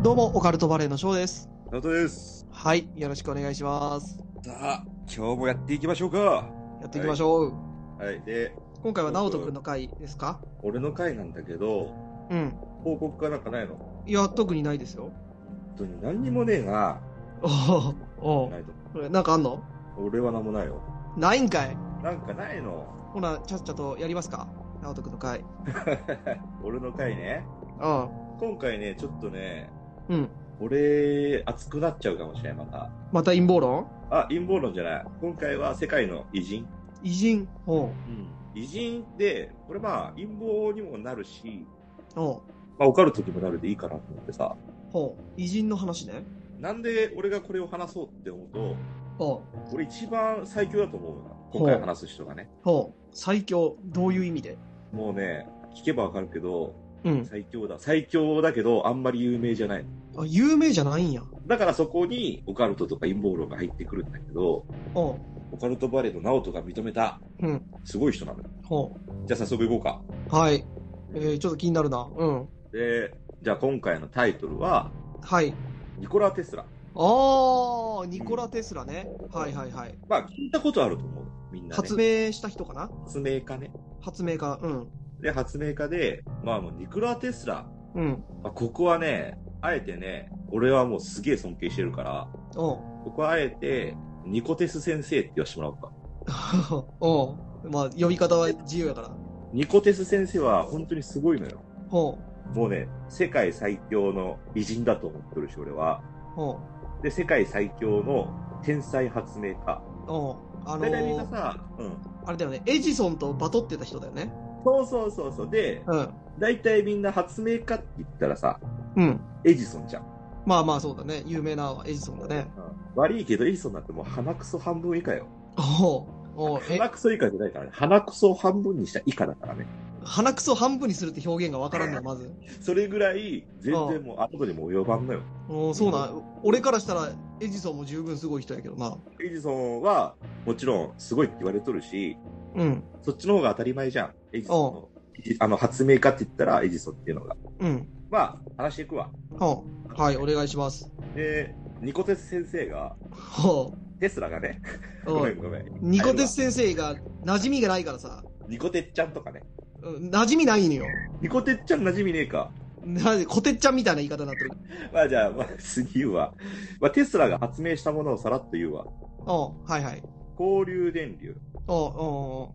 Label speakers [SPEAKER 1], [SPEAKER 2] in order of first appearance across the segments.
[SPEAKER 1] どうも、オカルトバレーの翔です。
[SPEAKER 2] 直人です。
[SPEAKER 1] はい、よろしくお願いします。
[SPEAKER 2] さあ、今日もやっていきましょうか。
[SPEAKER 1] やっていきましょう。
[SPEAKER 2] はい。で、
[SPEAKER 1] 今回は直人くんの回ですか
[SPEAKER 2] 俺の回なんだけど、
[SPEAKER 1] うん。
[SPEAKER 2] 報告かなんかないの本
[SPEAKER 1] いや、特にないですよ。
[SPEAKER 2] 当に何にもねえな。
[SPEAKER 1] おお
[SPEAKER 2] ないと。
[SPEAKER 1] これなんかあんの
[SPEAKER 2] 俺は何もないよ。
[SPEAKER 1] ないんかい。
[SPEAKER 2] なんかないの。
[SPEAKER 1] ほな、ちゃっちゃとやりますか直人くんの回。
[SPEAKER 2] 俺の回ね。
[SPEAKER 1] あ
[SPEAKER 2] 今回ね、ちょっとね、
[SPEAKER 1] あ。うん。
[SPEAKER 2] 俺、熱くなっちゃうかもしれない、また。
[SPEAKER 1] また陰謀論
[SPEAKER 2] あ、陰謀論じゃない。今回は世界の偉人。
[SPEAKER 1] 偉人。おう
[SPEAKER 2] うん。偉人で、これまあ、陰謀にもなるし、
[SPEAKER 1] おう
[SPEAKER 2] まあ、オカルトにもなるでいいかなと思ってさ。
[SPEAKER 1] ほう。偉人の話ね。
[SPEAKER 2] なんで俺がこれを話そうって思うと、
[SPEAKER 1] おう
[SPEAKER 2] 俺一番最強だと思うよ今回話す人がね。
[SPEAKER 1] ほう。最強。どういう意味で
[SPEAKER 2] もうね、聞けばわかるけど、
[SPEAKER 1] うん。
[SPEAKER 2] 最強だ。最強だけど、あんまり有名じゃない。
[SPEAKER 1] あ、有名じゃないんや。
[SPEAKER 2] だからそこに、オカルトとか陰謀論が入ってくるんだけど、
[SPEAKER 1] おう
[SPEAKER 2] オカルトバレーのナオトが認めた、
[SPEAKER 1] うん。
[SPEAKER 2] すごい人なのよ。
[SPEAKER 1] ほ
[SPEAKER 2] じゃあ早速行こ
[SPEAKER 1] う。
[SPEAKER 2] う
[SPEAKER 1] はい。えー、ちょっと気になるな。うん。
[SPEAKER 2] か。で、じゃあ今回のタイトルは、
[SPEAKER 1] はい。
[SPEAKER 2] ニコラ・テスラ。
[SPEAKER 1] ああ、ニコラ・テスラね。はいはいはい。
[SPEAKER 2] まあ、聞いたことあると思う。みんな、ね。
[SPEAKER 1] 発明した人かな
[SPEAKER 2] 発明家ね。
[SPEAKER 1] 発明家。うん。
[SPEAKER 2] で、発明家で、まあもうニコラ・テスラ。
[SPEAKER 1] うん。
[SPEAKER 2] まあ、ここはね、あえてね、俺はもうすげえ尊敬してるから、
[SPEAKER 1] おう
[SPEAKER 2] ここはあえて、ニコテス先生って言わせてもらおうか。
[SPEAKER 1] おうまあ、呼び方は自由やから。
[SPEAKER 2] ニコテス先生は本当にすごいのよ。
[SPEAKER 1] ほ
[SPEAKER 2] もうね、世界最強の偉人だと思ってるし、俺は。
[SPEAKER 1] う。ほ
[SPEAKER 2] で、世界最強の天才発明家。
[SPEAKER 1] う。おう。あの
[SPEAKER 2] 大体みんな
[SPEAKER 1] ー、
[SPEAKER 2] さ、うん。
[SPEAKER 1] あれだよね。エジソンとバトってた人だよね。
[SPEAKER 2] そうそうそうそう。で、
[SPEAKER 1] うん。
[SPEAKER 2] 大体みんな発明家って言ったらさ、
[SPEAKER 1] うん。
[SPEAKER 2] エジソンじゃん。
[SPEAKER 1] まあまあ、そうだね。有名なエジソンだね。
[SPEAKER 2] 悪いけど、エジソンなんてもう鼻くそ半分以下よ。
[SPEAKER 1] おう。おう。え
[SPEAKER 2] 鼻、くそ以下じゃないからね。鼻くそを半分にした以下だからね。
[SPEAKER 1] 鼻くそ半分にするって表現がわからんのよ、まず。
[SPEAKER 2] それぐらい、全然もう後にも及ばんのよ。
[SPEAKER 1] おうそうなん。俺からしたら、エジソンも十分すごい人やけどな。
[SPEAKER 2] エジソンはもちろんすごいって言われとるし、
[SPEAKER 1] うん。
[SPEAKER 2] そっちの方が当たり前じゃん。エジソンの。あの、発明家って言ったらエジソンっていうのが。
[SPEAKER 1] うん。
[SPEAKER 2] まあ、話していくわ。
[SPEAKER 1] ほう。はい、お願いします。
[SPEAKER 2] で、ニコテス先生が、
[SPEAKER 1] ほ
[SPEAKER 2] テスラがね、
[SPEAKER 1] う。
[SPEAKER 2] ご
[SPEAKER 1] お
[SPEAKER 2] め
[SPEAKER 1] うん
[SPEAKER 2] ごめん。
[SPEAKER 1] ニコテス先生が馴染みがないからさ。
[SPEAKER 2] ニコテッちゃんとかね。
[SPEAKER 1] うん馴染みないのよ。
[SPEAKER 2] ニコテッちゃん馴染みねえか。
[SPEAKER 1] なんで、コテッちゃんみたいな言い方になってる。
[SPEAKER 2] まあじゃあ、まあ、次言うわ。まあ、テスラが発明したものをさらっと言うわ。
[SPEAKER 1] おうはいはい。
[SPEAKER 2] 交流電流、
[SPEAKER 1] おうおう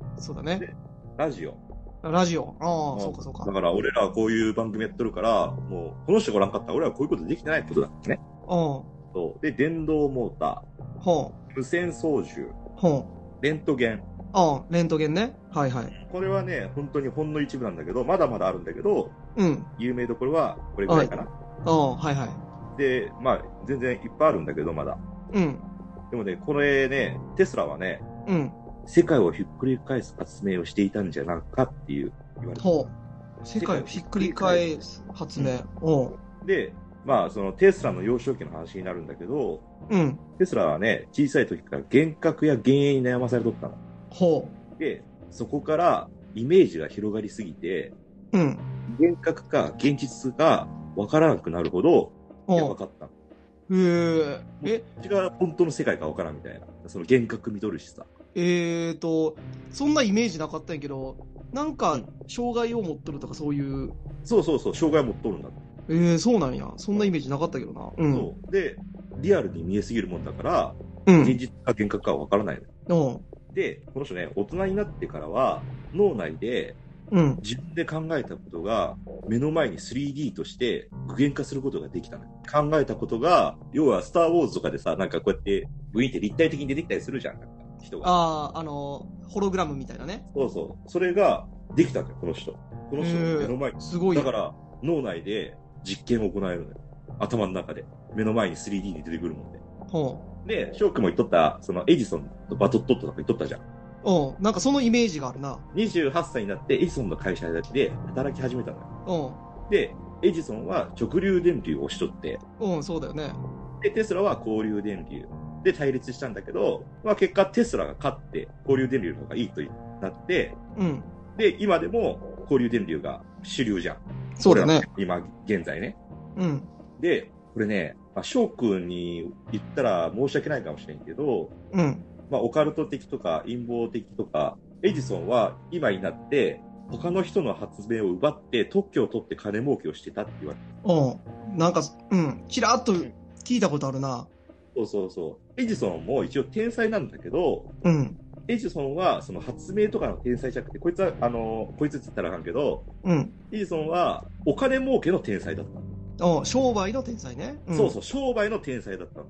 [SPEAKER 1] おうそうだね。
[SPEAKER 2] ラジオ。
[SPEAKER 1] ラジオ。ああ、そうかそう
[SPEAKER 2] だ
[SPEAKER 1] か。
[SPEAKER 2] から、俺らはこういう番組やっとるから、もう、この人がおらんかったら、俺らはこういうことできてないことだからね。
[SPEAKER 1] おう
[SPEAKER 2] そう。で、電動モータ
[SPEAKER 1] ほ
[SPEAKER 2] ー、無線操縦、
[SPEAKER 1] う。ほう。
[SPEAKER 2] レントゲン。
[SPEAKER 1] ああ、レントゲンね。はいはい。
[SPEAKER 2] これはね、本当にほんの一部なんだけど、まだまだあるんだけど、
[SPEAKER 1] うん。
[SPEAKER 2] 有名どころはこれぐらいかな。
[SPEAKER 1] おうはいはい。
[SPEAKER 2] で、まあ、全然いっぱいあるんだけど、まだ。
[SPEAKER 1] うん。
[SPEAKER 2] でもね、これね、テスラはね、
[SPEAKER 1] うん。
[SPEAKER 2] 世界をひっくり返す発明をしていたんじゃないかっていう言われて
[SPEAKER 1] ほう。世界をひっくり返す発明。おう。
[SPEAKER 2] で、まあ、そのテスラの幼少期の話になるんだけど、
[SPEAKER 1] うん。
[SPEAKER 2] テスラはね、小さい時から幻覚や幻影に悩まされとったの。
[SPEAKER 1] ほ
[SPEAKER 2] で、そこからイメージが広がりすぎて、
[SPEAKER 1] う。うん。
[SPEAKER 2] 幻覚か現実か分からなくなるほど、いや
[SPEAKER 1] お
[SPEAKER 2] 分
[SPEAKER 1] う。
[SPEAKER 2] かったの。
[SPEAKER 1] へえ。え、
[SPEAKER 2] こっちが本当の世界か分からんみたいな。その幻覚見とるしさ。
[SPEAKER 1] えーと、そんなイメージなかったんやけど、なん
[SPEAKER 2] う
[SPEAKER 1] か
[SPEAKER 2] ん、
[SPEAKER 1] 障害を持っとるとかそういう
[SPEAKER 2] そうそうそう、障害持っとるんだ、
[SPEAKER 1] えー、そうなんや。そんなイメージなかったけどな。うん。う
[SPEAKER 2] そう。で、リアルに見えすぎるもんだから、現
[SPEAKER 1] ん。
[SPEAKER 2] 実か幻覚かは分からないの。
[SPEAKER 1] うん。
[SPEAKER 2] で、この人ね、大人になってからは、脳内で
[SPEAKER 1] うん。
[SPEAKER 2] 自分で考えたことが目の前に 3D として具現化することができたのよ。考えたことが、要はスター・ウォーズとかでさ、なんかこうやって、ブイーンって立体的に出てきたりするじゃん、なんか人が。
[SPEAKER 1] ああ、あのー、ホログラムみたいなね。
[SPEAKER 2] そうそう。それができたんだよ、この人。この人の目の前に。
[SPEAKER 1] すごい。
[SPEAKER 2] だから、脳内で実験を行えるのよ。頭の中で。目の前に 3D に出てくるもんで。
[SPEAKER 1] ほ
[SPEAKER 2] で、翔くんも言っとった、そのエジソンとバトットットとか言っとったじゃん。
[SPEAKER 1] ううん。なんかそのイメージがあるな。
[SPEAKER 2] 28歳になってエジソンの会社で働き始めたのよ。
[SPEAKER 1] う
[SPEAKER 2] で、エジソンは直流電流をしとって、
[SPEAKER 1] ん。うん、そうだよね。
[SPEAKER 2] で、テスラは交流電流で対立したんだけど、まあ結果テスラが勝って交流電流の方がいいとなって、
[SPEAKER 1] うん。
[SPEAKER 2] で、今でも交流電流が主流じゃん。
[SPEAKER 1] そうだよね。
[SPEAKER 2] 今、現在ね。
[SPEAKER 1] うん。で
[SPEAKER 2] で、これね、まあ、翔くんに言ったら申し訳ないかもしれんけど、
[SPEAKER 1] うん。
[SPEAKER 2] まあオカルト的とか陰謀的とか、エジソンは今になって、他の人の発明を奪って特許を取って金儲けをしてたって言われて
[SPEAKER 1] うん。なんか、うん。ちらっと聞いたことあるな。
[SPEAKER 2] そうそうそう。エジソンも一応天才なんだけど、
[SPEAKER 1] うん。
[SPEAKER 2] エジソンはその発明とかの天才じゃなくて、こいつは、あの、こいつって言ったらあかんけど、
[SPEAKER 1] うん。
[SPEAKER 2] エジソンはお金儲けの天才だったの、
[SPEAKER 1] うん。商売の天才ね。ん、
[SPEAKER 2] そうそう、商売の天才だった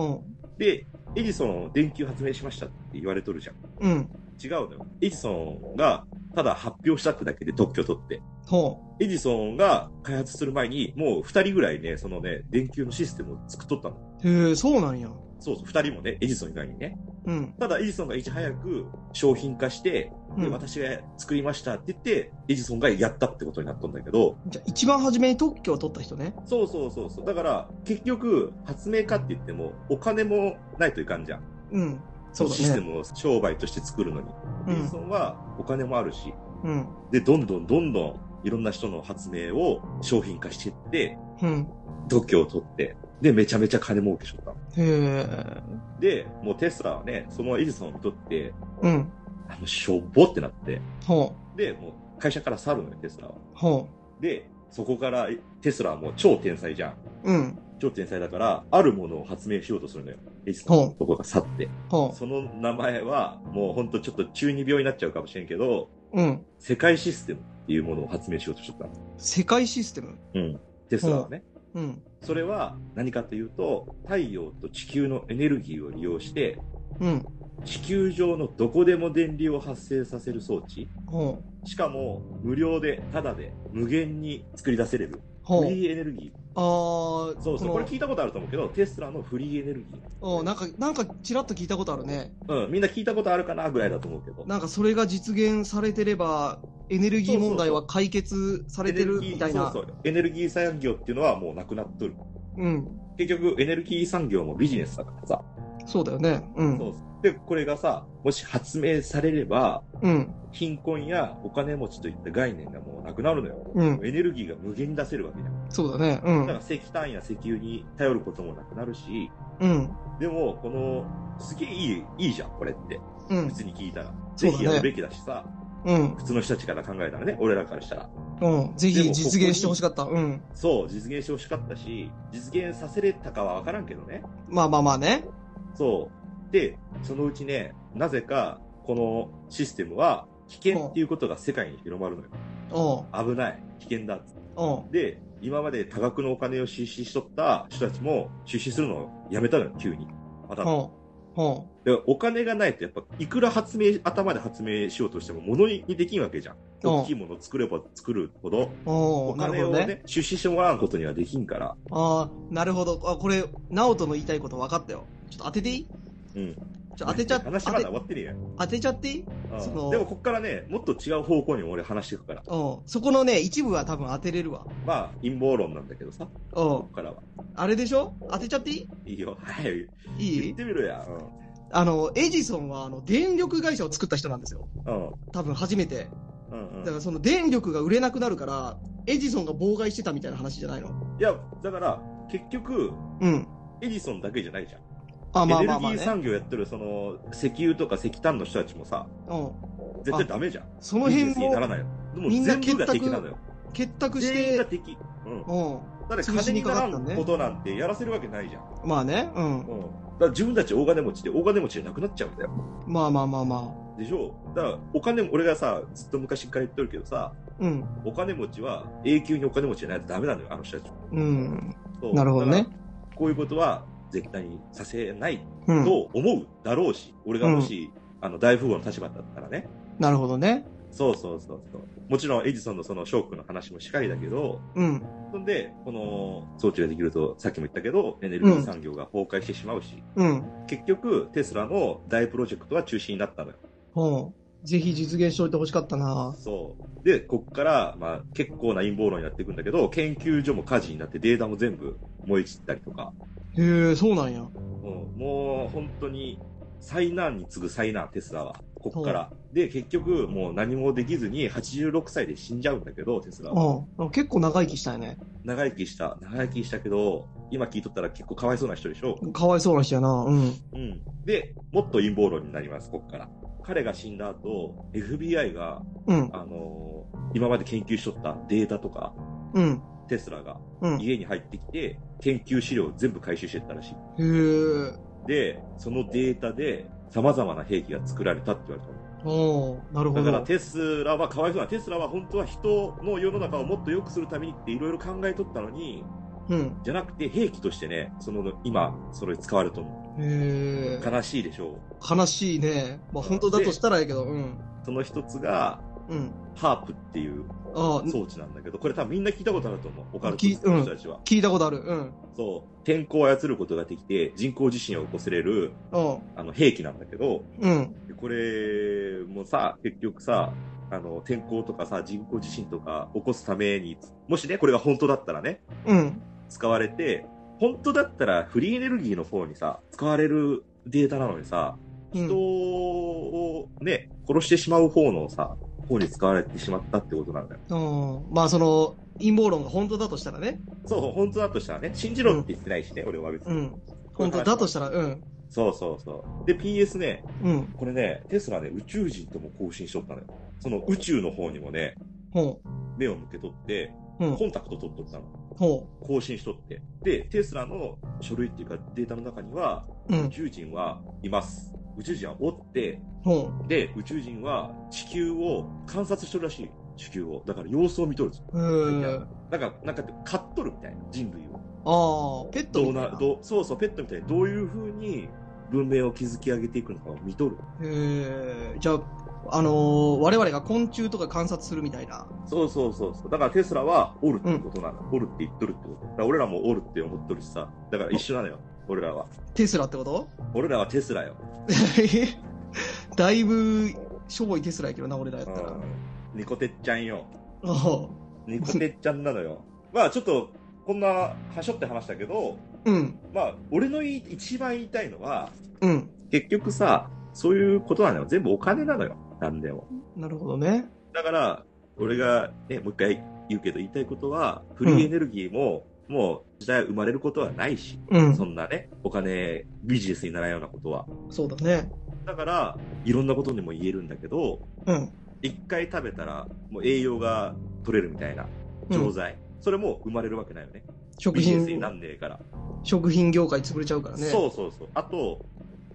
[SPEAKER 2] の。
[SPEAKER 1] う。
[SPEAKER 2] で、エジソン電球発明しましたって言われとるじゃん。
[SPEAKER 1] うん。うん。
[SPEAKER 2] 違うのよ。エジソンがただ発表したってだけで特許取って。
[SPEAKER 1] ほ
[SPEAKER 2] エジソンが開発する前に、もう二人ぐらいね、そのね、電球のシステムを作っとったの。
[SPEAKER 1] う。へえ、そうなんや。
[SPEAKER 2] そうそう、二人もね、エジソン以外にね。
[SPEAKER 1] うん。
[SPEAKER 2] ただ、エジソンがいち早く商品化して、
[SPEAKER 1] う
[SPEAKER 2] で、
[SPEAKER 1] ん、
[SPEAKER 2] 私が作りましたって言って、エジソンがやったってことになったんだけど、
[SPEAKER 1] じゃあ一番初めに特許を取った人ね。
[SPEAKER 2] そうそうそうそう。だから、結局、発明家って言っても、お金もないといかんじゃん。
[SPEAKER 1] うん。そ
[SPEAKER 2] そ
[SPEAKER 1] う
[SPEAKER 2] の
[SPEAKER 1] だね
[SPEAKER 2] システムを商売として作るのに。
[SPEAKER 1] う
[SPEAKER 2] エジソ
[SPEAKER 1] ん。
[SPEAKER 2] ンはお金もあるし、
[SPEAKER 1] うん。
[SPEAKER 2] で、どんどんどんどん、いろんな人の発明を商品化していって、
[SPEAKER 1] うん。
[SPEAKER 2] 度胸を取って、で、めちゃめちゃ金儲けしとったの。
[SPEAKER 1] へえ。
[SPEAKER 2] で、もうテスラはね、そのエジソンを見とって、
[SPEAKER 1] うん。
[SPEAKER 2] あの、しょぼってなって、
[SPEAKER 1] ほ
[SPEAKER 2] で、もう会社から去るのよ、テスラは。
[SPEAKER 1] う。ほ
[SPEAKER 2] で、そこから、えテスラはもう超天才じゃん。
[SPEAKER 1] う。うん。
[SPEAKER 2] 超天才だから、あるものを発明しようとするのよ。エジソンのとこが去って。
[SPEAKER 1] ほ
[SPEAKER 2] その名前は、もうほんとちょっと中二病になっちゃうかもしれんけど、
[SPEAKER 1] う。うん。
[SPEAKER 2] 世界システムっていうものを発明しようとしとったの。
[SPEAKER 1] 世界システム。
[SPEAKER 2] うん。テスラはね。
[SPEAKER 1] うん。
[SPEAKER 2] それは何かというと、太陽と地球のエネルギーを利用して、
[SPEAKER 1] うん。
[SPEAKER 2] 地球上のどこでも電流を発生させる装置。
[SPEAKER 1] ほう。
[SPEAKER 2] しかも、無料で、タダで、無限に作り出せれる。
[SPEAKER 1] ほ
[SPEAKER 2] フ
[SPEAKER 1] う。
[SPEAKER 2] リーエネルギ
[SPEAKER 1] あー、
[SPEAKER 2] ー。そうそう。
[SPEAKER 1] こ
[SPEAKER 2] これ
[SPEAKER 1] の
[SPEAKER 2] 聞いたことあると思うけど、テスラのフリーエネルギー。
[SPEAKER 1] うん、なんか、なんか、ちらっと聞いたことあるね。
[SPEAKER 2] うん、みんな聞いたことあるかなぐらいだと思うけど。
[SPEAKER 1] なんか、それが実現されてれば、エネルギー問題は解決されてるみたいな。
[SPEAKER 2] エネルギーそうそうエネルギー産業っていうのはもうなくなっとる。
[SPEAKER 1] うん。
[SPEAKER 2] 結局、エネルギー産業もビジネスだからさ。
[SPEAKER 1] そうだよね。うん。
[SPEAKER 2] そうで、これがさ、もし発明されれば、
[SPEAKER 1] うん。
[SPEAKER 2] 貧困やお金持ちといった概念がもうなくなるのよ。
[SPEAKER 1] うん。
[SPEAKER 2] エネルギーが無限に出せるわけじゃん。
[SPEAKER 1] そうだね。う
[SPEAKER 2] だから
[SPEAKER 1] ん。
[SPEAKER 2] 石炭や石油に頼ることもなくなるし、
[SPEAKER 1] うん。
[SPEAKER 2] でも、この、すげえいい、いいじゃん、これって。
[SPEAKER 1] うん
[SPEAKER 2] 普。通に聞いたら。
[SPEAKER 1] そうだ
[SPEAKER 2] ぜ
[SPEAKER 1] ね
[SPEAKER 2] ひやるべきだしさ、
[SPEAKER 1] うん。
[SPEAKER 2] 普通の人たちから考えたらね、俺らからしたら。
[SPEAKER 1] うん。ぜひ実現してほしかった。うん。
[SPEAKER 2] そう、実現してほしかったし、実現させれたかはわからんけどね。
[SPEAKER 1] まあまあまあね。
[SPEAKER 2] そう。で、そのうちね、なぜか、このシステムは、危険っていうことが世界に広まるのよ。
[SPEAKER 1] うん。
[SPEAKER 2] 危ない。危険だっつって。
[SPEAKER 1] うん。
[SPEAKER 2] で、今まで多額のお金を出資しとった人たちも、出資するのをやめたのよ、急に。また。
[SPEAKER 1] うん。うん。
[SPEAKER 2] でお金がないと、やっぱ、いくら発明、頭で発明しようとしても、物にできんわけじゃん。大きいものを作れば作るほど、
[SPEAKER 1] お
[SPEAKER 2] お
[SPEAKER 1] ーなる
[SPEAKER 2] 金
[SPEAKER 1] ほ
[SPEAKER 2] を
[SPEAKER 1] どね。
[SPEAKER 2] ね、出資してもらうことにはできんから。
[SPEAKER 1] ああ、なるほど。あ、これ、ナオトの言いたいこと分かったよ。ちょっと当てていい
[SPEAKER 2] うん。
[SPEAKER 1] ちょっと当てちゃっ
[SPEAKER 2] 話
[SPEAKER 1] 当
[SPEAKER 2] まだ
[SPEAKER 1] て
[SPEAKER 2] 終わってねえや。
[SPEAKER 1] 当てちゃっていい
[SPEAKER 2] うん
[SPEAKER 1] その
[SPEAKER 2] でもこっからね、もっと違う方向に俺話していくから。
[SPEAKER 1] うん。そこのね、一部は多分当てれるわ。
[SPEAKER 2] まあ、陰謀論なんだけどさ、
[SPEAKER 1] うん
[SPEAKER 2] こっ。からは。
[SPEAKER 1] あれでしょ当てちゃってい
[SPEAKER 2] いいよ、 はい。
[SPEAKER 1] いい
[SPEAKER 2] 言っ
[SPEAKER 1] い
[SPEAKER 2] てみろや。
[SPEAKER 1] あの、エジソンは、あの、電力会社を作った人なんですよ。
[SPEAKER 2] うん。うん。
[SPEAKER 1] 多分初めて。
[SPEAKER 2] う
[SPEAKER 1] だ
[SPEAKER 2] ん、う
[SPEAKER 1] か
[SPEAKER 2] ん。
[SPEAKER 1] らその電力が売れなくなるから、エジソンが妨害してたみたいな話じゃないの
[SPEAKER 2] いや、だから、結局、
[SPEAKER 1] うん。
[SPEAKER 2] エジソンだけじゃないじゃん。
[SPEAKER 1] あ、まあ
[SPEAKER 2] エネルギ
[SPEAKER 1] まあまあ
[SPEAKER 2] ー
[SPEAKER 1] ね。
[SPEAKER 2] 産業やってる、その、石油とか石炭の人たちもさ、
[SPEAKER 1] うん。
[SPEAKER 2] 絶対ダメじゃん。
[SPEAKER 1] その辺
[SPEAKER 2] ビジネスになら
[SPEAKER 1] も
[SPEAKER 2] ないよ。で
[SPEAKER 1] みん
[SPEAKER 2] も
[SPEAKER 1] な
[SPEAKER 2] 全部が敵なのよ。
[SPEAKER 1] 結託し
[SPEAKER 2] 全員が
[SPEAKER 1] て、
[SPEAKER 2] 敵。うん。
[SPEAKER 1] うん。
[SPEAKER 2] だって金にならんことなんてやらせるわけないじゃん。
[SPEAKER 1] まあね。う。
[SPEAKER 2] うんん。だから自分たち大金持ちで大金持ちじゃなくなっちゃうんだよ。
[SPEAKER 1] まあまあまあま
[SPEAKER 2] でしょだから、お金も、俺がさ、ずっと昔から言ってるけどさ、
[SPEAKER 1] あ。うん。
[SPEAKER 2] お金持ちは永久にお金持ちじゃないとダメなのよ、あの人たち。
[SPEAKER 1] うん。
[SPEAKER 2] そう
[SPEAKER 1] なるほどね。
[SPEAKER 2] だからこういうことは絶対にさせない
[SPEAKER 1] うん。
[SPEAKER 2] と思うだろうし、俺がもし、あの、大富豪の立場だったらね、
[SPEAKER 1] なるほどね。
[SPEAKER 2] そうそうそうそう。もちろんエジソンのそのショックの話もしっかりだけど、
[SPEAKER 1] うん。
[SPEAKER 2] そんで、この装置ができると、さっきも言ったけど、エネルギー産業が崩壊してしまうし、
[SPEAKER 1] うん。
[SPEAKER 2] 結局、テスラの大プロジェクトは中止になったのよ。
[SPEAKER 1] ほう。ぜひ実現しておいてほしかったな。
[SPEAKER 2] そう。で、こっから、まあ、結構な陰謀論になっていくんだけど、研究所も火事になってデータも全部燃え散ったりとか、
[SPEAKER 1] へえ、そうなんや。
[SPEAKER 2] うん、もう本当に災難に次ぐ災難、テスラは。こっから。で、結局、もう何もできずに86歳で死んじゃうんだけど、テスラは。
[SPEAKER 1] うん。結構長生きしたよね。
[SPEAKER 2] 長生きした。長生きしたけど、今聞いとったら結構かわいそうな人でしょ。
[SPEAKER 1] かわいそうな人やな。うん。
[SPEAKER 2] うん。で、もっと陰謀論になります、こっから。彼が死んだ後、FBI が、
[SPEAKER 1] うん。
[SPEAKER 2] あのー今まで研究しとったデータとか、
[SPEAKER 1] うん。
[SPEAKER 2] テスラが
[SPEAKER 1] うん。へ
[SPEAKER 2] 家に入ってきて、研究資料を全部回収してったらしい。
[SPEAKER 1] え。
[SPEAKER 2] で、そのデータで、様々な兵器が作られたって言われたの
[SPEAKER 1] おーなるほ
[SPEAKER 2] だから
[SPEAKER 1] ど。
[SPEAKER 2] テスラはかわいそうな、テスラは本当は人の世の中をもっと良くするためにっていろいろ考えとったのに、
[SPEAKER 1] うん。
[SPEAKER 2] じゃなくて兵器としてね、その今、それ使われとるの。
[SPEAKER 1] へえ。
[SPEAKER 2] 悲しいでしょう。
[SPEAKER 1] 悲しいね。まあ本当だとしたらやけど。うん。
[SPEAKER 2] その一つが、
[SPEAKER 1] うん。
[SPEAKER 2] ハープっていう
[SPEAKER 1] ああ、
[SPEAKER 2] 装置なんだけど、これ多分みんな聞いたことあると思う。オカルト
[SPEAKER 1] き
[SPEAKER 2] の人たちは。
[SPEAKER 1] 聞いたことある。うん。
[SPEAKER 2] そう。天候を操ることができて、人工地震を起こせれる、
[SPEAKER 1] うん。
[SPEAKER 2] あの、兵器なんだけど、
[SPEAKER 1] うん。
[SPEAKER 2] でこれもさ、結局さ、あの、天候とかさ、人工地震とか起こすために、もしね、これが本当だったらね、
[SPEAKER 1] うん。
[SPEAKER 2] 使われて、本当だったらフリーエネルギーの方にさ、使われるデータなのにさ、
[SPEAKER 1] うん
[SPEAKER 2] 人をね、殺してしまう方のさ、方に使われてしまったってことなんだよ。
[SPEAKER 1] うん。まあその、陰謀論が本当だとしたらね。
[SPEAKER 2] そう、本当だとしたらね、信じろって言ってないしね、俺は別に。
[SPEAKER 1] うん。本当だとしたら、うん。
[SPEAKER 2] そうそうそう。で、PS ね、
[SPEAKER 1] うん。
[SPEAKER 2] これね、テスラね、宇宙人とも交信しとったのよ。その宇宙の方にもね、
[SPEAKER 1] ほ
[SPEAKER 2] 目を向けとって、
[SPEAKER 1] う。うん。
[SPEAKER 2] コンタクト取っとったの。
[SPEAKER 1] ほ
[SPEAKER 2] 更新しとって。で、テスラの書類っていうかデータの中には、
[SPEAKER 1] う。う
[SPEAKER 2] 宇
[SPEAKER 1] ん。
[SPEAKER 2] 宙人はいます。宇宙人はおって、
[SPEAKER 1] ほ
[SPEAKER 2] で、宇宙人は地球を観察してるらしい。地球を。だから様子を見とるんですよ。
[SPEAKER 1] う。へえ。
[SPEAKER 2] なんか、なんか、飼っとるみたいな、人類を。
[SPEAKER 1] ああ、ペット
[SPEAKER 2] ど
[SPEAKER 1] み
[SPEAKER 2] う
[SPEAKER 1] たい
[SPEAKER 2] な、どう、そうそう、ペットみたいにどういう風に文明を築き上げていくのかを見とる。
[SPEAKER 1] へえ。じゃあ、あのー我々が昆虫とか観察するみたいな。
[SPEAKER 2] そうそうそうそう。だからテスラはおるってことなの。おるって言っとるってこと。だから俺らもおるって思っとるしさ。だから一緒なのよ。俺らは。
[SPEAKER 1] テスラってこと
[SPEAKER 2] 俺らはテスラよ。
[SPEAKER 1] だいぶ、しょぼいテスラやけどな、俺らやったら。
[SPEAKER 2] うんニコてっちゃんよ。
[SPEAKER 1] ああ
[SPEAKER 2] ニコてっちゃんなのよ。 まあちょっと、こんな、はしょって話だけど、
[SPEAKER 1] うん。
[SPEAKER 2] まあ、俺の言い一番言いたいのは、
[SPEAKER 1] うん。
[SPEAKER 2] 結局さ、そういうことなのよ。全部お金なのよ。なんでも。
[SPEAKER 1] なるほどね。
[SPEAKER 2] だから、俺がね、もう一回言うけど言いたいことは、フリーエネルギーも、もう時代は生まれることはないし、
[SPEAKER 1] うん。そ
[SPEAKER 2] そんなね、お金、ビジネスにならないようなことは。
[SPEAKER 1] うだね。
[SPEAKER 2] だから、いろんなことにも言えるんだけど、
[SPEAKER 1] うん。
[SPEAKER 2] 一回食べたら、もう栄養が取れるみたいな
[SPEAKER 1] う
[SPEAKER 2] 錠
[SPEAKER 1] ん、
[SPEAKER 2] 剤、それも生まれるわけないよね。
[SPEAKER 1] 食
[SPEAKER 2] ビジネスに
[SPEAKER 1] 品
[SPEAKER 2] なんねえから。
[SPEAKER 1] 食品業界潰れちゃうからね。
[SPEAKER 2] そうそうそう。あと、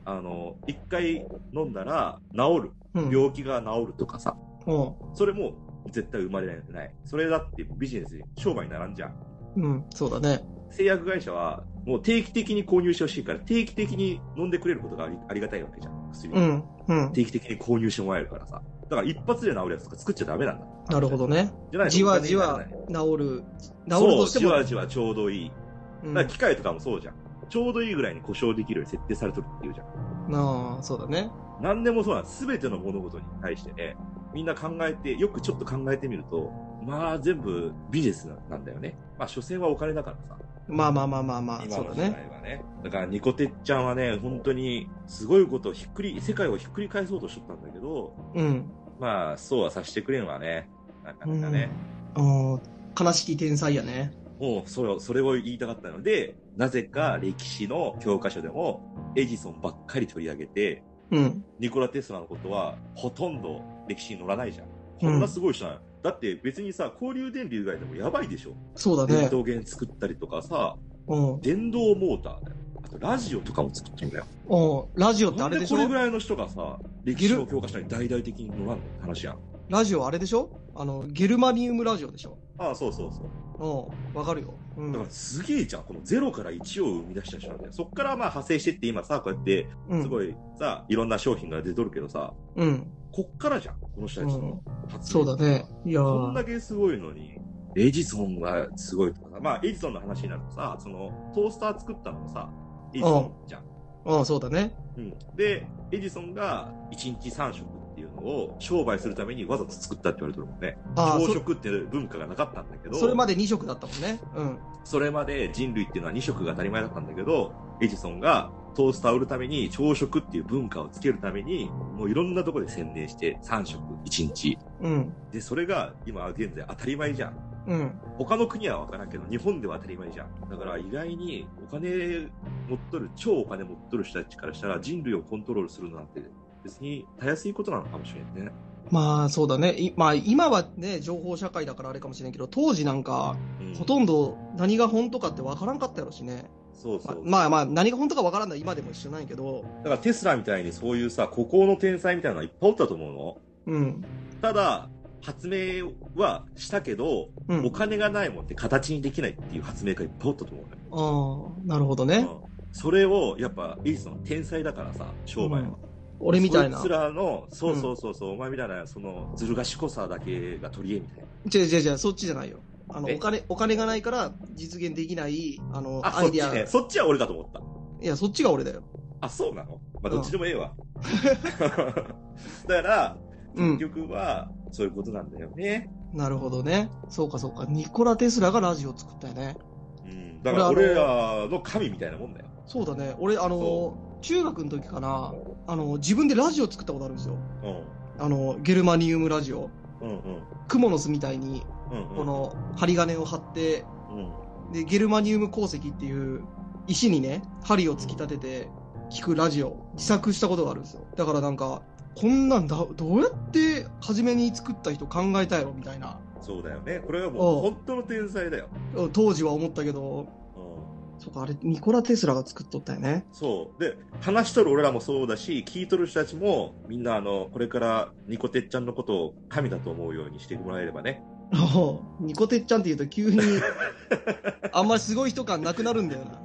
[SPEAKER 2] あの、一回飲んだら治る。
[SPEAKER 1] うん。
[SPEAKER 2] 病気が治るとかさ。
[SPEAKER 1] うん。
[SPEAKER 2] それも絶対生まれない。それだってビジネスに商売にならんじゃん。
[SPEAKER 1] うん。そうだね。
[SPEAKER 2] 製薬会社はもう定期的に購入してほしいから、定期的に飲んでくれることがありありがたいわけじゃん。薬を、
[SPEAKER 1] うん。うん。
[SPEAKER 2] 定期的に購入してもらえるからさ。だから一発で治るやつとか作っちゃダメなんだ。
[SPEAKER 1] なるほどね。
[SPEAKER 2] じゃないと
[SPEAKER 1] じわじ
[SPEAKER 2] お
[SPEAKER 1] わ
[SPEAKER 2] 金にならな
[SPEAKER 1] 治
[SPEAKER 2] い
[SPEAKER 1] る。治る
[SPEAKER 2] そ
[SPEAKER 1] と
[SPEAKER 2] う、
[SPEAKER 1] して
[SPEAKER 2] じ
[SPEAKER 1] も。
[SPEAKER 2] わじわちょうどいい。
[SPEAKER 1] う
[SPEAKER 2] だ
[SPEAKER 1] ん、
[SPEAKER 2] から
[SPEAKER 1] な
[SPEAKER 2] 機械とかもそうじゃん。ちょうどいいぐらいに故障できるように設定されとるっていうじゃん。
[SPEAKER 1] あ、そうだね。
[SPEAKER 2] 何でもそうなんす。べての物事に対してね、みんな考えて、よくちょっと考えてみると、まあ全部ビジネスなんだよね。まあ所詮はお金だからさ。
[SPEAKER 1] まあまあまあまあまあ、そうだ
[SPEAKER 2] 時代
[SPEAKER 1] ね。
[SPEAKER 2] はね。だからニコてっちゃんはね、本当にすごいことをひっくり、世界をひっくり返そうとしとったんだけど、
[SPEAKER 1] うん。
[SPEAKER 2] まあそうはさせてくれんわね。なかなかね。
[SPEAKER 1] うん。あー悲しき天才やね。
[SPEAKER 2] もうそれを、それを言いたかったので、なぜか歴史の教科書でもエジソンばっかり取り上げて、
[SPEAKER 1] うん。
[SPEAKER 2] ニコラ・テスラのことはほとんど歴史に載らないじゃん。こんなすごい人なの、だって別にさ、交流電流以外でもやばいでしょ。
[SPEAKER 1] そうだ
[SPEAKER 2] 電
[SPEAKER 1] ね。
[SPEAKER 2] 動源作ったりとかさ、
[SPEAKER 1] うん。
[SPEAKER 2] 電動モーターだよ。あとラジオとかも作ってるんだよ。
[SPEAKER 1] うん。ラジオって
[SPEAKER 2] な
[SPEAKER 1] あ
[SPEAKER 2] ん
[SPEAKER 1] れ
[SPEAKER 2] で
[SPEAKER 1] でしょ
[SPEAKER 2] これぐらいの人がさ、歴史の教科書に大々的に載らんのって話やん。
[SPEAKER 1] ラジオあれでしょあの、ゲルマニウムラジオでしょ
[SPEAKER 2] ああ、そうそうそう。
[SPEAKER 1] うん。わかるよ。うん
[SPEAKER 2] だからすげえじゃん、この0から1を生み出した人なんだよ。そっからまあ派生してって今さ、こうやって、
[SPEAKER 1] うん
[SPEAKER 2] すごいさ、いろんな商品が出とるけどさ、
[SPEAKER 1] うん。
[SPEAKER 2] こっからじゃん、この人たちの発
[SPEAKER 1] そうだね。。いや
[SPEAKER 2] こん
[SPEAKER 1] ー
[SPEAKER 2] だけすごいのに、エジソンがすごいとかさ、まあエジソンの話になるとさ、そのトースター作ったのもさ、エジソンじゃん。
[SPEAKER 1] ああ、そうだね。
[SPEAKER 2] うん、で、エジソンが1日3食っていうのを商売するためにわざと作ったって言われてるもんね。
[SPEAKER 1] ああ、
[SPEAKER 2] 朝
[SPEAKER 1] そ
[SPEAKER 2] 食っていう文化がなかったんだけど、
[SPEAKER 1] それまで2色だったもんね。うん。
[SPEAKER 2] それまで人類っていうのは2食が当たり前だったんだけど、エジソンがトースターを売るために朝食っていう文化をつけるために、もういろんなとこで宣伝して3食1日。
[SPEAKER 1] うん。
[SPEAKER 2] で、それが今現在当たり前じゃん。
[SPEAKER 1] うん。
[SPEAKER 2] 他の国は分からんけど、日本では当たり前じゃん。だから意外にお金持っとる、超お金持っとる人たちからしたら人類をコントロールするなんて別にたやすいことなのかもしれんね。
[SPEAKER 1] まあ、そうだね。いまあ、今はね、情報社会だからあれかもしれんけど、当時なんか、
[SPEAKER 2] うん、
[SPEAKER 1] ほとんど何が本当かってわからんかったやろしね。
[SPEAKER 2] そうそう。
[SPEAKER 1] まあまあ、何が本当かわからんのは今でも一緒なんやけど、
[SPEAKER 2] だからテスラみたいにそういうさ、孤高の天才みたいなのはいっぱいおったと思うの。
[SPEAKER 1] うん。
[SPEAKER 2] ただ、発明はしたけど、
[SPEAKER 1] う
[SPEAKER 2] お
[SPEAKER 1] ん。
[SPEAKER 2] 金がないもんって形にできないっていう発明家いっぱいおったと思う
[SPEAKER 1] ああ、
[SPEAKER 2] ね。
[SPEAKER 1] なるほどね。
[SPEAKER 2] うんそれを、やっぱ、エジソンは天才だからさ、商
[SPEAKER 1] う
[SPEAKER 2] 売は。
[SPEAKER 1] ん俺みたいな。
[SPEAKER 2] そいつらの、そううんそうそうそう、お前みたいな、その、ずる賢さだけが取り柄みたい
[SPEAKER 1] 違
[SPEAKER 2] な。
[SPEAKER 1] う違う違う、そっちじゃないよ。あの、
[SPEAKER 2] え
[SPEAKER 1] お金、お金がないから実現できない、あの、
[SPEAKER 2] あ、
[SPEAKER 1] ア
[SPEAKER 2] そ
[SPEAKER 1] イ
[SPEAKER 2] っ
[SPEAKER 1] デ
[SPEAKER 2] ち
[SPEAKER 1] ィア。
[SPEAKER 2] ね。
[SPEAKER 1] い
[SPEAKER 2] そっちは俺かと思った。
[SPEAKER 1] や、そっちが俺だよ。
[SPEAKER 2] あ、そうなのま
[SPEAKER 1] う
[SPEAKER 2] あ、
[SPEAKER 1] ん
[SPEAKER 2] どっちでもえ えわ。だから、
[SPEAKER 1] う
[SPEAKER 2] 結
[SPEAKER 1] ん。
[SPEAKER 2] 局は、そういうことなんだよね。
[SPEAKER 1] なるほどね。そうかそうか。ニコラ・テスラがラジオを作ったよね。
[SPEAKER 2] うん。だから、
[SPEAKER 1] これ
[SPEAKER 2] 俺
[SPEAKER 1] あ
[SPEAKER 2] らの神みたいなもんだよ。
[SPEAKER 1] そうだね。俺、あ
[SPEAKER 2] そ
[SPEAKER 1] の、中学の時かな、あの、自分でラジオ作ったことあるんですよ。
[SPEAKER 2] う
[SPEAKER 1] あの、ゲルマニウムラジオ。
[SPEAKER 2] ん。うんうん。
[SPEAKER 1] クモの巣みたいに、
[SPEAKER 2] うん、うん。
[SPEAKER 1] こ、の、針金を張って、
[SPEAKER 2] うん。
[SPEAKER 1] で、ゲルマニウム鉱石っていう石にね、針を突き立てて聞くラジオ、自作したことがあるんですよ。だからなんか、こんなんだ、どうやって初めに作った人考えたやろみたいな。
[SPEAKER 2] そうだよね。これはもう、
[SPEAKER 1] うん
[SPEAKER 2] 本当の天才だよ。
[SPEAKER 1] 当時は思ったけど、
[SPEAKER 2] うん。
[SPEAKER 1] そうか、あれ、ニコラ・テスラが作っとったよね。
[SPEAKER 2] そう。で、話しとる俺らもそうだし、聞いとる人たちも、みんな、あの、これから、ニコてっちゃんのことを神だと思うようにしてもらえればね。
[SPEAKER 1] ニコテッちゃんって言うと急 に、あんまりすごい人感なくなるんだよな。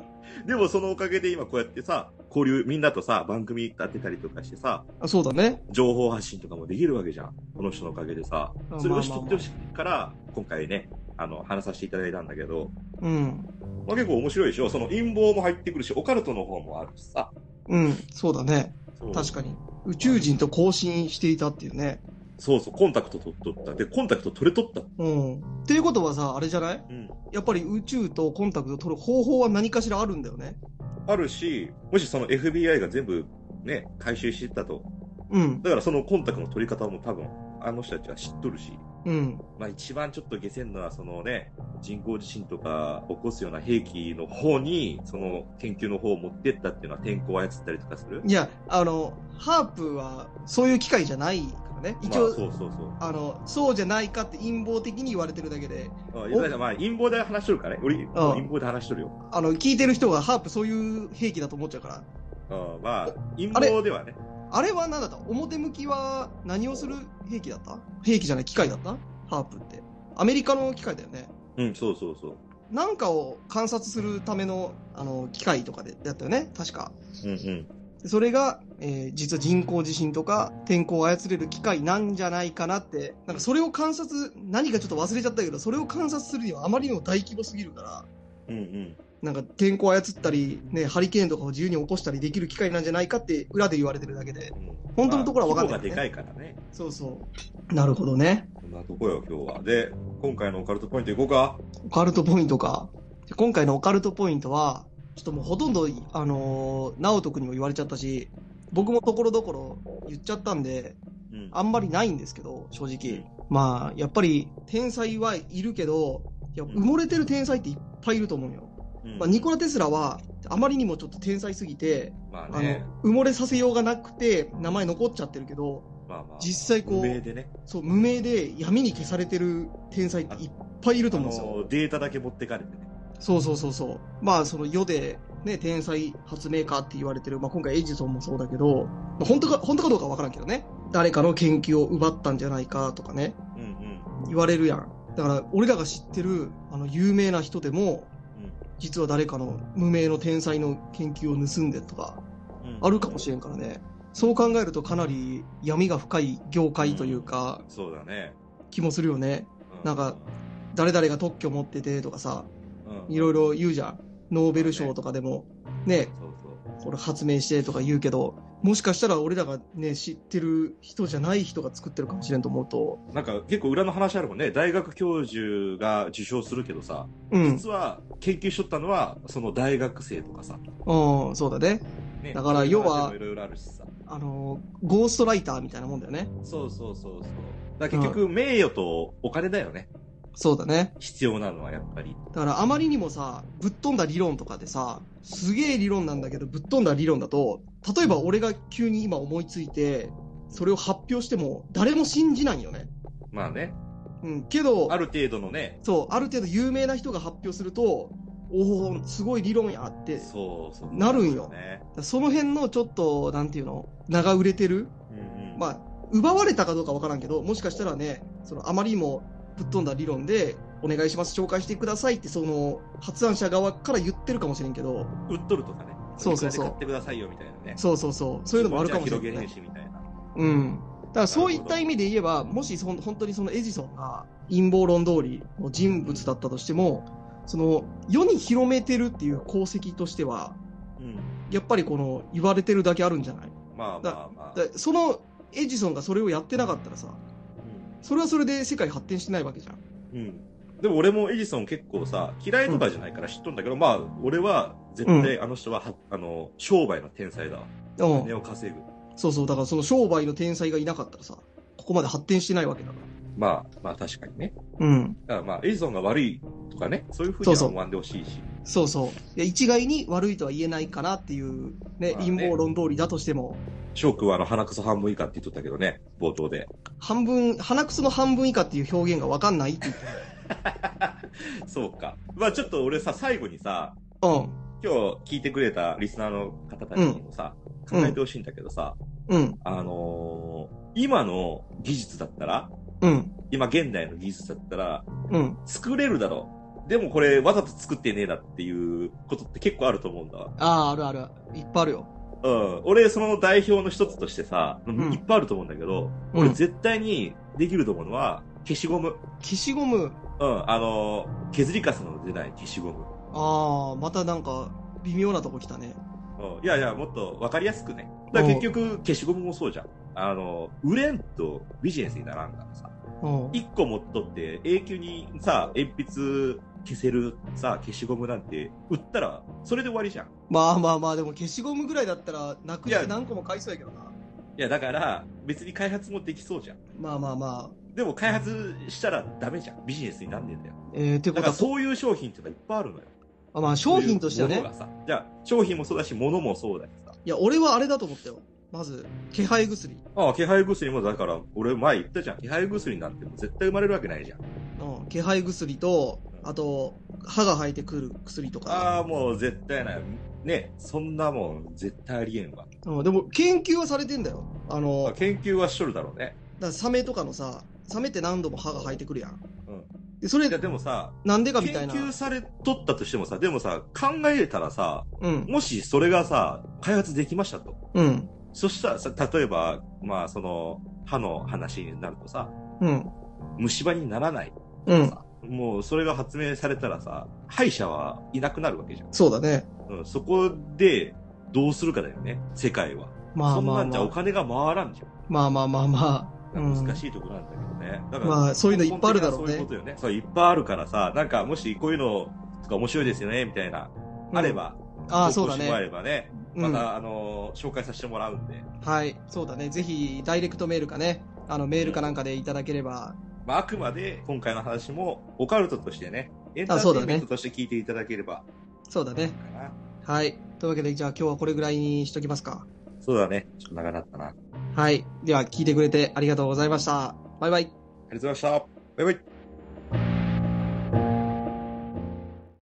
[SPEAKER 2] でもそのおかげで今こうやってさ、交流、みんなとさ、番組立てたりとかしてさ、
[SPEAKER 1] あそうだね。
[SPEAKER 2] 情報発信とかもできるわけじゃん。この人のおかげでさ。
[SPEAKER 1] うん
[SPEAKER 2] それを知ってほしいから、今回ね、あの、話させていただいたんだけど、
[SPEAKER 1] うん。
[SPEAKER 2] まあ、結構面白いでしょその陰謀も入ってくるし、オカルトの方もあるしさ。
[SPEAKER 1] うん、そうだね。
[SPEAKER 2] そう
[SPEAKER 1] 確かに。宇宙人と交信していたっていうね。
[SPEAKER 2] そうそう、コンタクト取っとった。で、コンタクト取れとった。
[SPEAKER 1] うん。っていうことはさ、あれじゃない
[SPEAKER 2] うん。
[SPEAKER 1] やっぱり宇宙とコンタクトを取る方法は何かしらあるんだよね。
[SPEAKER 2] あるし、もしその FBI が全部ね、回収してったと。
[SPEAKER 1] うん。
[SPEAKER 2] だからそのコンタクトの取り方も多分、あの人たちは知っとるし。
[SPEAKER 1] うん。
[SPEAKER 2] まあ一番ちょっと下せんのは、そのね、人工地震とか起こすような兵器の方に、その研究の方を持ってったっていうのは天候を操ったりとかする。
[SPEAKER 1] いや、あの、ハープはそういう機械じゃないからね。一
[SPEAKER 2] まあ、
[SPEAKER 1] 応、
[SPEAKER 2] そうそうそう。
[SPEAKER 1] あ、の、そうじゃないかって陰謀的に言われてるだけで、
[SPEAKER 2] あいやだからまあ陰謀で話しとるからね。俺、陰謀で話しとるよ。
[SPEAKER 1] あの、聞いてる人がハープそういう兵器だと思っちゃうから。
[SPEAKER 2] あまあ、陰謀ではね。
[SPEAKER 1] あれは何だった表向きは何をする兵器だった兵器じゃない機械だったハープって。アメリカの機械だよね。
[SPEAKER 2] うん、そうそうそう。
[SPEAKER 1] なんかを観察するための、あの、機械とかでやったよね確か。
[SPEAKER 2] うんうん。
[SPEAKER 1] でそれが、えー実は人工地震とか天候を操れる機械なんじゃないかなって、なんかそれを観察、何かちょっと忘れちゃったけど、それを観察するにはあまりにも大規模すぎるから、
[SPEAKER 2] うんうん。
[SPEAKER 1] なんか天候を操ったり、ね、ハリケーンとかを自由に起こしたりできる機械なんじゃないかって裏で言われてるだけで。
[SPEAKER 2] うん
[SPEAKER 1] 本当のところは分かんない
[SPEAKER 2] まあ規模がでかいからね。
[SPEAKER 1] そうそう。なるほどね。
[SPEAKER 2] こんなとこよ、今日は。で、今回のオカルトポイントいこうか。
[SPEAKER 1] オカルトポイントか。で今回のオカルトポイントは、ちょっともうほとんど、あのー、直人君にも言われちゃったし、僕もところどころ言っちゃったんで、
[SPEAKER 2] うん
[SPEAKER 1] あんまりないんですけど、正直。まあ、やっぱり天才はいるけど、いや、
[SPEAKER 2] うん
[SPEAKER 1] 埋もれてる天才っていっぱいいると思うよ。
[SPEAKER 2] うん
[SPEAKER 1] まあ、ニコラ・テスラは、あまりにもちょっと天才すぎて、
[SPEAKER 2] ま
[SPEAKER 1] あ
[SPEAKER 2] あね。
[SPEAKER 1] の、埋もれさせようがなくて、名前残っちゃってるけど、
[SPEAKER 2] まあまあ。
[SPEAKER 1] 実際こう
[SPEAKER 2] 無名でね。
[SPEAKER 1] そう、無名で闇に消されてる天才っていっぱいいると
[SPEAKER 2] あ
[SPEAKER 1] 思うんですよ。
[SPEAKER 2] の、データだけ持ってかれてね。
[SPEAKER 1] そうそうそうそう。まあ、その世で、ね、天才発明家って言われてる、まあ今回エジソンもそうだけど、まあ、本当か、本当かどうかわからんけどね。誰かの研究を奪ったんじゃないかとかね。
[SPEAKER 2] うんうん。
[SPEAKER 1] 言われるやん。だから、俺らが知ってる、あの、有名な人でも、実は誰かの無名の天才の研究を盗んでとか、あるかもしれんからね。そう考えるとかなり闇が深い業界というか、
[SPEAKER 2] そうだね。
[SPEAKER 1] 気もするよね。
[SPEAKER 2] う
[SPEAKER 1] なんか、誰々が特許持っててとかさ、
[SPEAKER 2] うん
[SPEAKER 1] いろいろ言うじゃん。ノーベル賞とかでも、ね、
[SPEAKER 2] そうそう。
[SPEAKER 1] これ発明してとか言うけど、もしかしたら俺らがね、知ってる人じゃない人が作ってるかもしれんと思うと、
[SPEAKER 2] なんか結構裏の話あるもんね。大学教授が受賞するけどさ、
[SPEAKER 1] うん。
[SPEAKER 2] 実は研究しとったのは、その大学生とかさ。
[SPEAKER 1] うん、そうだね。
[SPEAKER 2] ね
[SPEAKER 1] だから要は
[SPEAKER 2] そういう話もいろいろあるしさ。
[SPEAKER 1] あの、ゴーストライターみたいなもんだよね。
[SPEAKER 2] そうそうそうそう。だから結局、名誉とお金だよね。
[SPEAKER 1] そうだね。
[SPEAKER 2] 必要なのはやっぱり。
[SPEAKER 1] だからあまりにもさ、ぶっ飛んだ理論とかでさ、すげえ理論なんだけど、ぶっ飛んだ理論だと、例えば俺が急に今思いついて、それを発表しても誰も信じないよね。
[SPEAKER 2] まあね。
[SPEAKER 1] うん。けど、
[SPEAKER 2] ある程度のね、
[SPEAKER 1] そう、ある程度有名な人が発表すると、おお、すごい理論やって、だか
[SPEAKER 2] そうそう。
[SPEAKER 1] なるんよ
[SPEAKER 2] ね。
[SPEAKER 1] らその辺のちょっと、なんていうの、名が売れてる
[SPEAKER 2] うんうん
[SPEAKER 1] まあ、奪われたかどうかわからんけど、もしかしたらね、そのあまりにもぶっ飛んだ理論で、お願いします、紹介してくださいって、その発案者側から言ってるかもしれんけど、
[SPEAKER 2] 売っとるとかね。
[SPEAKER 1] そうそうそう
[SPEAKER 2] いくらで買ってくださいよみたいなね。
[SPEAKER 1] そうそうそう、そういうのもあるかもしれない、
[SPEAKER 2] 広げねえ
[SPEAKER 1] ね。
[SPEAKER 2] しみたいな。
[SPEAKER 1] うん。だからそういった意味で言えば、もしその本当にそのエジソンが陰謀論通りの人物だったとしても、その世に広めてるっていう功績としては、
[SPEAKER 2] うん。
[SPEAKER 1] やっぱりこの言われてるだけあるんじゃない
[SPEAKER 2] まあまあまあ。
[SPEAKER 1] だそのエジソンがそれをやってなかったらさ、それはそれで世界発展してないわけじゃん。
[SPEAKER 2] うん。うん。でも俺もエジソン結構さ、嫌いとかじゃないから知っとんだけど、まあ、俺は絶対あの人はは、あの、商売の天才だわ。
[SPEAKER 1] うん
[SPEAKER 2] 金を稼ぐ。
[SPEAKER 1] そうそう、だからその商売の天才がいなかったらさ、ここまで発展してないわけだか
[SPEAKER 2] まあ、まあ確かにね。
[SPEAKER 1] ら。うん。
[SPEAKER 2] だからまあ、エジソンが悪いとかね、そういうふう
[SPEAKER 1] そう
[SPEAKER 2] に
[SPEAKER 1] そ
[SPEAKER 2] は
[SPEAKER 1] う
[SPEAKER 2] 思わんでほしいし。
[SPEAKER 1] そうそう。いや一概に悪いとは言えないかなっていう、ね、
[SPEAKER 2] まあね
[SPEAKER 1] 陰謀論通りだとしても、
[SPEAKER 2] 翔くんはあの、鼻くそ半分以下って言っとったけどね、冒頭で。
[SPEAKER 1] 半分、鼻くその半分以下っていう表現がわかんないって言って。
[SPEAKER 2] そうか。まあちょっと俺さ、最後にさ、
[SPEAKER 1] うん。
[SPEAKER 2] 今日聞いてくれたリスナーの方たちにもさ、
[SPEAKER 1] うん
[SPEAKER 2] 考えてほしいんだけどさ、
[SPEAKER 1] うん。
[SPEAKER 2] あのー今の技術だったら、
[SPEAKER 1] うん。
[SPEAKER 2] 今現代の技術だったら、
[SPEAKER 1] うん。
[SPEAKER 2] 作れるだろう。でもこれわざと作ってねえなっていうことって結構あると思うんだわ。
[SPEAKER 1] ああ、あるある。いっぱいあるよ。
[SPEAKER 2] うん。俺その代表の一つとしてさ、
[SPEAKER 1] ん
[SPEAKER 2] いっぱいあると思うんだけど、
[SPEAKER 1] うん
[SPEAKER 2] 俺絶対にできると思うのは、消しゴム。
[SPEAKER 1] 消しゴム。
[SPEAKER 2] うん。あのー削りカスの出ない消しゴム。
[SPEAKER 1] ああ、またなんか、微妙なとこ来たね。
[SPEAKER 2] うんいやいや、もっと分かりやすくね。だから結局、消しゴムもそうじゃん。あの、売れんとビジネスにならんからさ。
[SPEAKER 1] うん。
[SPEAKER 2] 一個持っとって、永久にさ、鉛筆消せるさ、消しゴムなんて、売ったら、それで終わりじゃん。
[SPEAKER 1] まあまあまあ、でも消しゴムぐらいだったら、なく
[SPEAKER 2] い
[SPEAKER 1] して
[SPEAKER 2] や
[SPEAKER 1] 何個も買いそうやけどな。
[SPEAKER 2] いや、だから、別に開発もできそうじゃん。
[SPEAKER 1] まあまあまあ。
[SPEAKER 2] でも開発したらダメじゃん。ビジネスになんねえんだよ。
[SPEAKER 1] えー、ってこと
[SPEAKER 2] だから
[SPEAKER 1] は、
[SPEAKER 2] そういう商品ってのはいっぱいあるのよ。
[SPEAKER 1] あまあ商品としては
[SPEAKER 2] そう
[SPEAKER 1] ね
[SPEAKER 2] いうも。のがさじゃあ、商品もそうだし、物もそうだしさ。
[SPEAKER 1] いや、俺はあれだと思ったよ。まず、気配薬。
[SPEAKER 2] ああ、気配薬もだから、俺前言ったじゃん。気配薬なんてもう絶対生まれるわけないじゃん。
[SPEAKER 1] うん、気配薬と、あと、歯が生えてくる薬とか。
[SPEAKER 2] ああ、もう絶対ない。ね、そんなもん絶対ありえんわ。
[SPEAKER 1] うん、でも、研究はされてんだよ。あの、だか
[SPEAKER 2] 研究はしとるだろうね。
[SPEAKER 1] らサメとかのさ、サメって何度も歯が生えてくるやん。
[SPEAKER 2] うん
[SPEAKER 1] でそれ
[SPEAKER 2] いや、、でもさ、
[SPEAKER 1] なんでか
[SPEAKER 2] 研
[SPEAKER 1] みたいな。
[SPEAKER 2] 究されとったとしてもさ、でもさ、考えたらさ、
[SPEAKER 1] うん、
[SPEAKER 2] もしそれがさ、開発できましたと。
[SPEAKER 1] うん、
[SPEAKER 2] そしたらさ、例えば、まあ、その、歯の話になるとさ、
[SPEAKER 1] うん、
[SPEAKER 2] 虫歯にならない。
[SPEAKER 1] うん。
[SPEAKER 2] もう、それが発明されたらさ、歯医者はいなくなるわけじゃん。
[SPEAKER 1] そうだね。
[SPEAKER 2] うん、そこで、どうするかだよね、世界は。
[SPEAKER 1] まあ
[SPEAKER 2] そん
[SPEAKER 1] ま
[SPEAKER 2] な
[SPEAKER 1] あ
[SPEAKER 2] ん
[SPEAKER 1] ま
[SPEAKER 2] じゃお
[SPEAKER 1] あ。
[SPEAKER 2] 金が回らんじゃん。
[SPEAKER 1] まあまあまあまあ。うん
[SPEAKER 2] 難しいところなんだけどね。だから、
[SPEAKER 1] まあ、そういうのいっぱいあるだろう
[SPEAKER 2] そういう
[SPEAKER 1] ね
[SPEAKER 2] こ。とよね。そう、いっぱいあるからさ、なんか、もしこういうのとか面白いですよね、みたいな、
[SPEAKER 1] うん
[SPEAKER 2] あれ。ば、
[SPEAKER 1] ああ、そうだ
[SPEAKER 2] 投稿してもらえ
[SPEAKER 1] ね。
[SPEAKER 2] ればね、
[SPEAKER 1] う
[SPEAKER 2] ま
[SPEAKER 1] ん
[SPEAKER 2] た、。あのー紹介させてもらうんで、
[SPEAKER 1] はい。そうだね。ぜひ、ダイレクトメールかね。あの、メールかなんかでいただければ。
[SPEAKER 2] まあ、あくまで今回の話も、オカルトとしてね、エンタ
[SPEAKER 1] あそう
[SPEAKER 2] ー
[SPEAKER 1] だ
[SPEAKER 2] テ
[SPEAKER 1] ね
[SPEAKER 2] インメントとして聞いていただければ
[SPEAKER 1] そうだね。
[SPEAKER 2] かな。
[SPEAKER 1] はい。というわけで、じゃあ今日はこれぐらいにしときますか。
[SPEAKER 2] そうだね。ちょっと長なったな。あり
[SPEAKER 1] はい。では、聞いてくれてありがとうございました。バイバイ。
[SPEAKER 2] がとうございました。バイバイ。